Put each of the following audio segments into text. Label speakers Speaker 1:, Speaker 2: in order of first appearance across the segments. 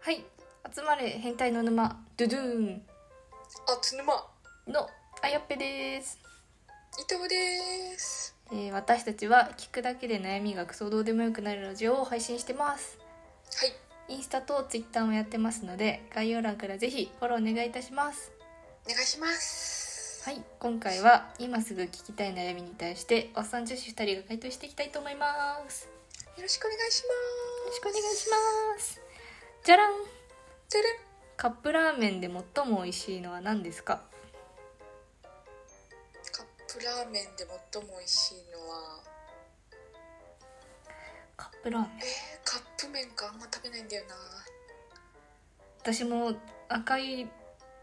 Speaker 1: はい集まれ変態の沼ドゥドゥーン
Speaker 2: あつぬま
Speaker 1: のあやっぺです、
Speaker 2: 伊藤です
Speaker 1: えー私たちは聞くだけで悩みがクソどうでもよくなるラジオを配信してます
Speaker 2: はい
Speaker 1: インスタとツイッターもやってますので概要欄からぜひフォローお願いいたします
Speaker 2: お願いします
Speaker 1: はい今回は今すぐ聞きたい悩みに対しておっさん女子2人が回答していきたいと思います
Speaker 2: よろしくお願いし
Speaker 1: よ
Speaker 2: ま
Speaker 1: ろ
Speaker 2: す
Speaker 1: しくお願いしますじゃらん
Speaker 2: てれん
Speaker 1: カップラーメンで最も美味しいのは何ですか
Speaker 2: カップラーメンで最も美味しいのは
Speaker 1: カップラーメン
Speaker 2: カップ麺かあんま食べないんだよな
Speaker 1: 私も赤い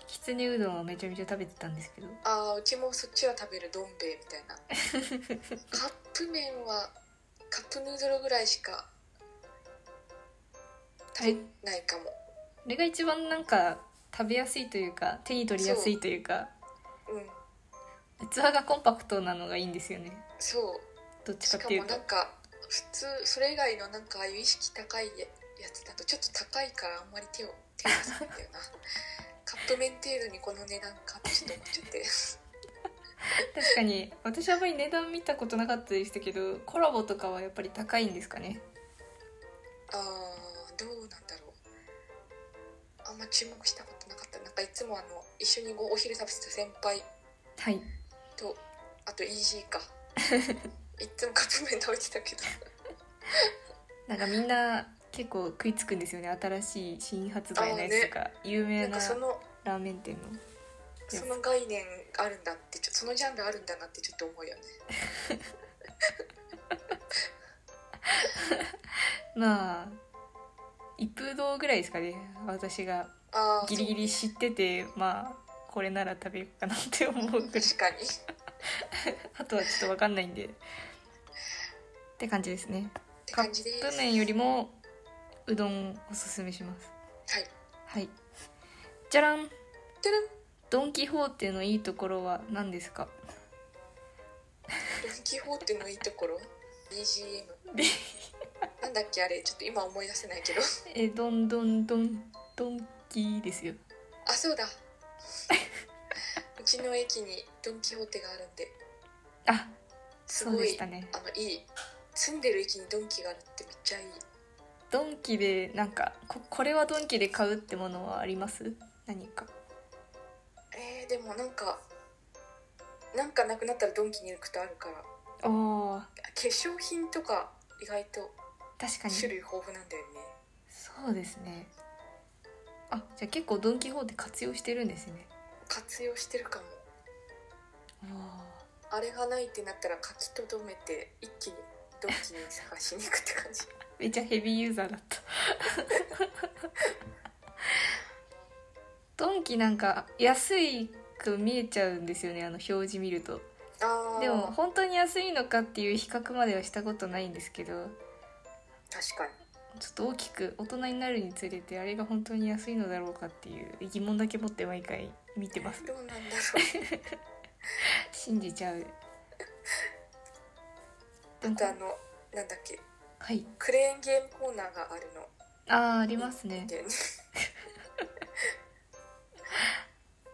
Speaker 1: きつねうどんはめちゃめちゃ食べてたんですけど
Speaker 2: あーうちもそっちは食べるどん兵衛みたいなカップ麺はカップヌードルぐらいしか食べないかも
Speaker 1: あれが一番なんか食べやすいというか手に取りやすいというか
Speaker 2: うん
Speaker 1: 器がコンパクトなのがいいんですよね
Speaker 2: そう
Speaker 1: どっち
Speaker 2: し
Speaker 1: かっ
Speaker 2: か
Speaker 1: てい
Speaker 2: も
Speaker 1: うと
Speaker 2: なんか普通それ以外のなんかああいう意識高いやつだとちょっと高いからあんまり手を手を出さないんだよ なカップ麺程度にこの値段かってちょっと思っちゃ って
Speaker 1: 確かに私はあんまり値段見たことなかったでしたけどコラボとかはやっぱり高いんですかね
Speaker 2: あーどうなんだろうあんま注目したことなかったなんかいつもあの一緒にごお昼食べてた先輩
Speaker 1: はい
Speaker 2: とあとイージ ーかいつもカップ麺食べてたけど
Speaker 1: なんかみんな結構食いつくんですよね新しい新発売のやつとか、有
Speaker 2: な
Speaker 1: 名
Speaker 2: ん
Speaker 1: な
Speaker 2: かその
Speaker 1: ラーメン店の
Speaker 2: その概念あるんだってちょそのジャンルあるんだなってちょっと思うよね
Speaker 1: まあ一風堂ぐらいですかね私が
Speaker 2: あー
Speaker 1: ギリギリ知っててまあこれなら食べようかなって思うぐらい
Speaker 2: 確かに
Speaker 1: あとはちょっと分かんないんでって感じですね
Speaker 2: って感じです。
Speaker 1: カップ麺よりもうどんをおすすめします
Speaker 2: はい。
Speaker 1: はいじゃらん
Speaker 2: てるん。
Speaker 1: ドン・キホーテのいいところは何ですか
Speaker 2: ドンキホーテのいいところ。BGM。なんだっけあれちょっと今思い出せない けど。
Speaker 1: えどんどんどんドンキですよ
Speaker 2: あそうだ。うちの駅にドンキホーテがあるんで、
Speaker 1: あ
Speaker 2: す
Speaker 1: そう
Speaker 2: ご
Speaker 1: で
Speaker 2: い
Speaker 1: したね
Speaker 2: あのいい。住んでる駅にドンキがあるってめっちゃいい。
Speaker 1: ドンキでなんかここれはドンキで買うってものはあります何か
Speaker 2: えー、でもなんかなんかなくなったらドンキに行くとあるから、
Speaker 1: おー
Speaker 2: 化粧品とか意外と
Speaker 1: 確かに
Speaker 2: 種類豊富なんだよね。
Speaker 1: そうですねあじゃあ結構ドン・キホーテ活用してるんですね
Speaker 2: 活用してるかも。あれがないってなったら書き留めて一気にドンキに探しに行くって感じ
Speaker 1: めっちゃヘビーユーザーだったドンキなんか安いく見えちゃうんですよねあの表示見ると
Speaker 2: あー
Speaker 1: でも本当に安いのかっていう比較まではしたことないんですけど
Speaker 2: 確かに
Speaker 1: ちょっと大きく大人になるにつれてあれが本当に安いのだろうかっていう疑問だけ持って毎回見てます
Speaker 2: どうなんだろう
Speaker 1: 信じちゃ う
Speaker 2: あとあのなんだっけ
Speaker 1: はい
Speaker 2: クレーンゲームコーナーがあるの
Speaker 1: あーありますね
Speaker 2: で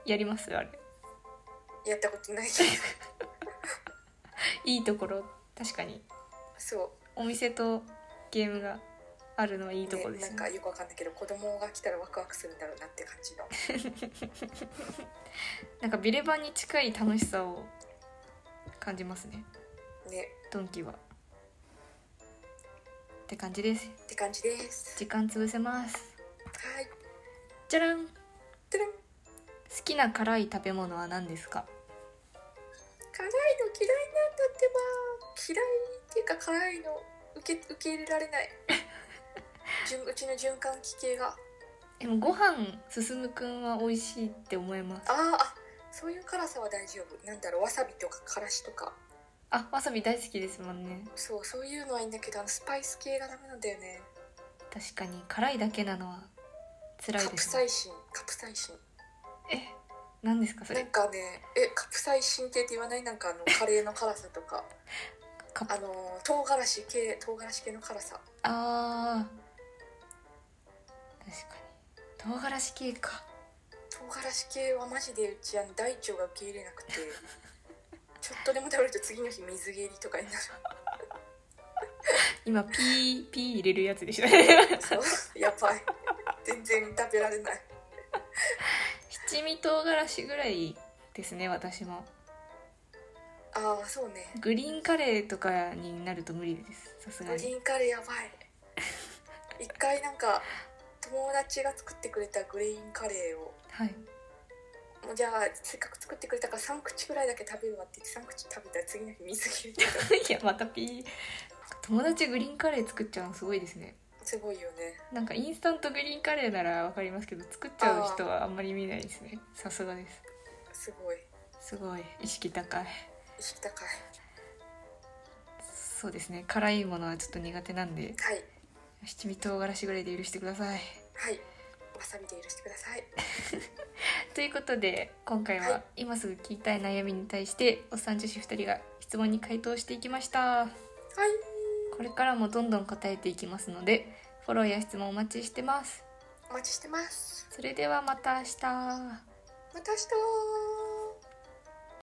Speaker 1: やりますあれ
Speaker 2: やったことないけど
Speaker 1: いいところ確かに
Speaker 2: そ
Speaker 1: お店とゲームがあるのはいいうところで
Speaker 2: な
Speaker 1: す
Speaker 2: ん
Speaker 1: ね
Speaker 2: かよくわかんないけど子供が来たらワクワクするんだろうなって感じの
Speaker 1: なんかビレバンに近い楽しさを感じますね
Speaker 2: ね
Speaker 1: ドンキはって感じです
Speaker 2: って感じです
Speaker 1: 時間潰せます
Speaker 2: はい
Speaker 1: じゃらん好
Speaker 2: てるん
Speaker 1: きな辛い食べ物は何ですか
Speaker 2: 辛いの嫌いなんだってば嫌いっていうか辛いの受け受け入れられない じゅんうちの循環器系が
Speaker 1: でもご飯進むくんは美味しいって思います
Speaker 2: あーあそういう辛さは大丈夫なんだろうわさびとかからしとか
Speaker 1: あわさび大好きですもんね
Speaker 2: そうそういうのはいいんだけどあのスパイス系がダメなんだよね
Speaker 1: 確かに辛いだけなのは辛い
Speaker 2: カ
Speaker 1: で
Speaker 2: プ
Speaker 1: す
Speaker 2: サ
Speaker 1: ね
Speaker 2: イシンカプサイシン
Speaker 1: え何ですかそ
Speaker 2: な
Speaker 1: れ
Speaker 2: んかねえカプサイシン系って言わないなんかあのカレーの辛さとか
Speaker 1: カプ
Speaker 2: あのー唐辛子系唐辛子系の辛さ
Speaker 1: あー確かに唐辛子系か
Speaker 2: 唐辛子系はマジでうちあの大腸が受け入れ なくてちょっとでも食べると次の日水蹴りとかにな
Speaker 1: 今ピーピー入れるやつでしたね
Speaker 2: るそうやばい全然食べられない
Speaker 1: 七味唐辛子ぐらいですね私も
Speaker 2: ああそうね
Speaker 1: グリーンカレーとかになると無理ですさすが
Speaker 2: グリ
Speaker 1: に
Speaker 2: ーンカレーやばい一回なんか友達が作ってくれたグリーンカレーを
Speaker 1: はい
Speaker 2: もうじゃあせっかく作ってくれたから3口ぐらいだけ食べるわって言って3口食べたら次の日水切れてた
Speaker 1: いやまたピー友達グリーンカレー作っちゃうのすごいですね
Speaker 2: すごいよね
Speaker 1: なんかインスタントグリーンカレーならわかりますけど作っちゃう人はあんまり見ないですねさすがです
Speaker 2: すごい
Speaker 1: すごい意識高い
Speaker 2: 意識高い
Speaker 1: そうですね辛いものはちょっと苦手なんで
Speaker 2: はい
Speaker 1: 七味唐辛子ぐらいで許してください
Speaker 2: はいわさびで許してください
Speaker 1: ということで今回
Speaker 2: は
Speaker 1: はい今すぐ聞きたい悩みに対しておっさん女子2人が質問に回答していきました
Speaker 2: はい
Speaker 1: これからもどんどん答えていきますのでフォローや質問お待ちしてます
Speaker 2: お待ちしてます
Speaker 1: それではまた明日
Speaker 2: また明日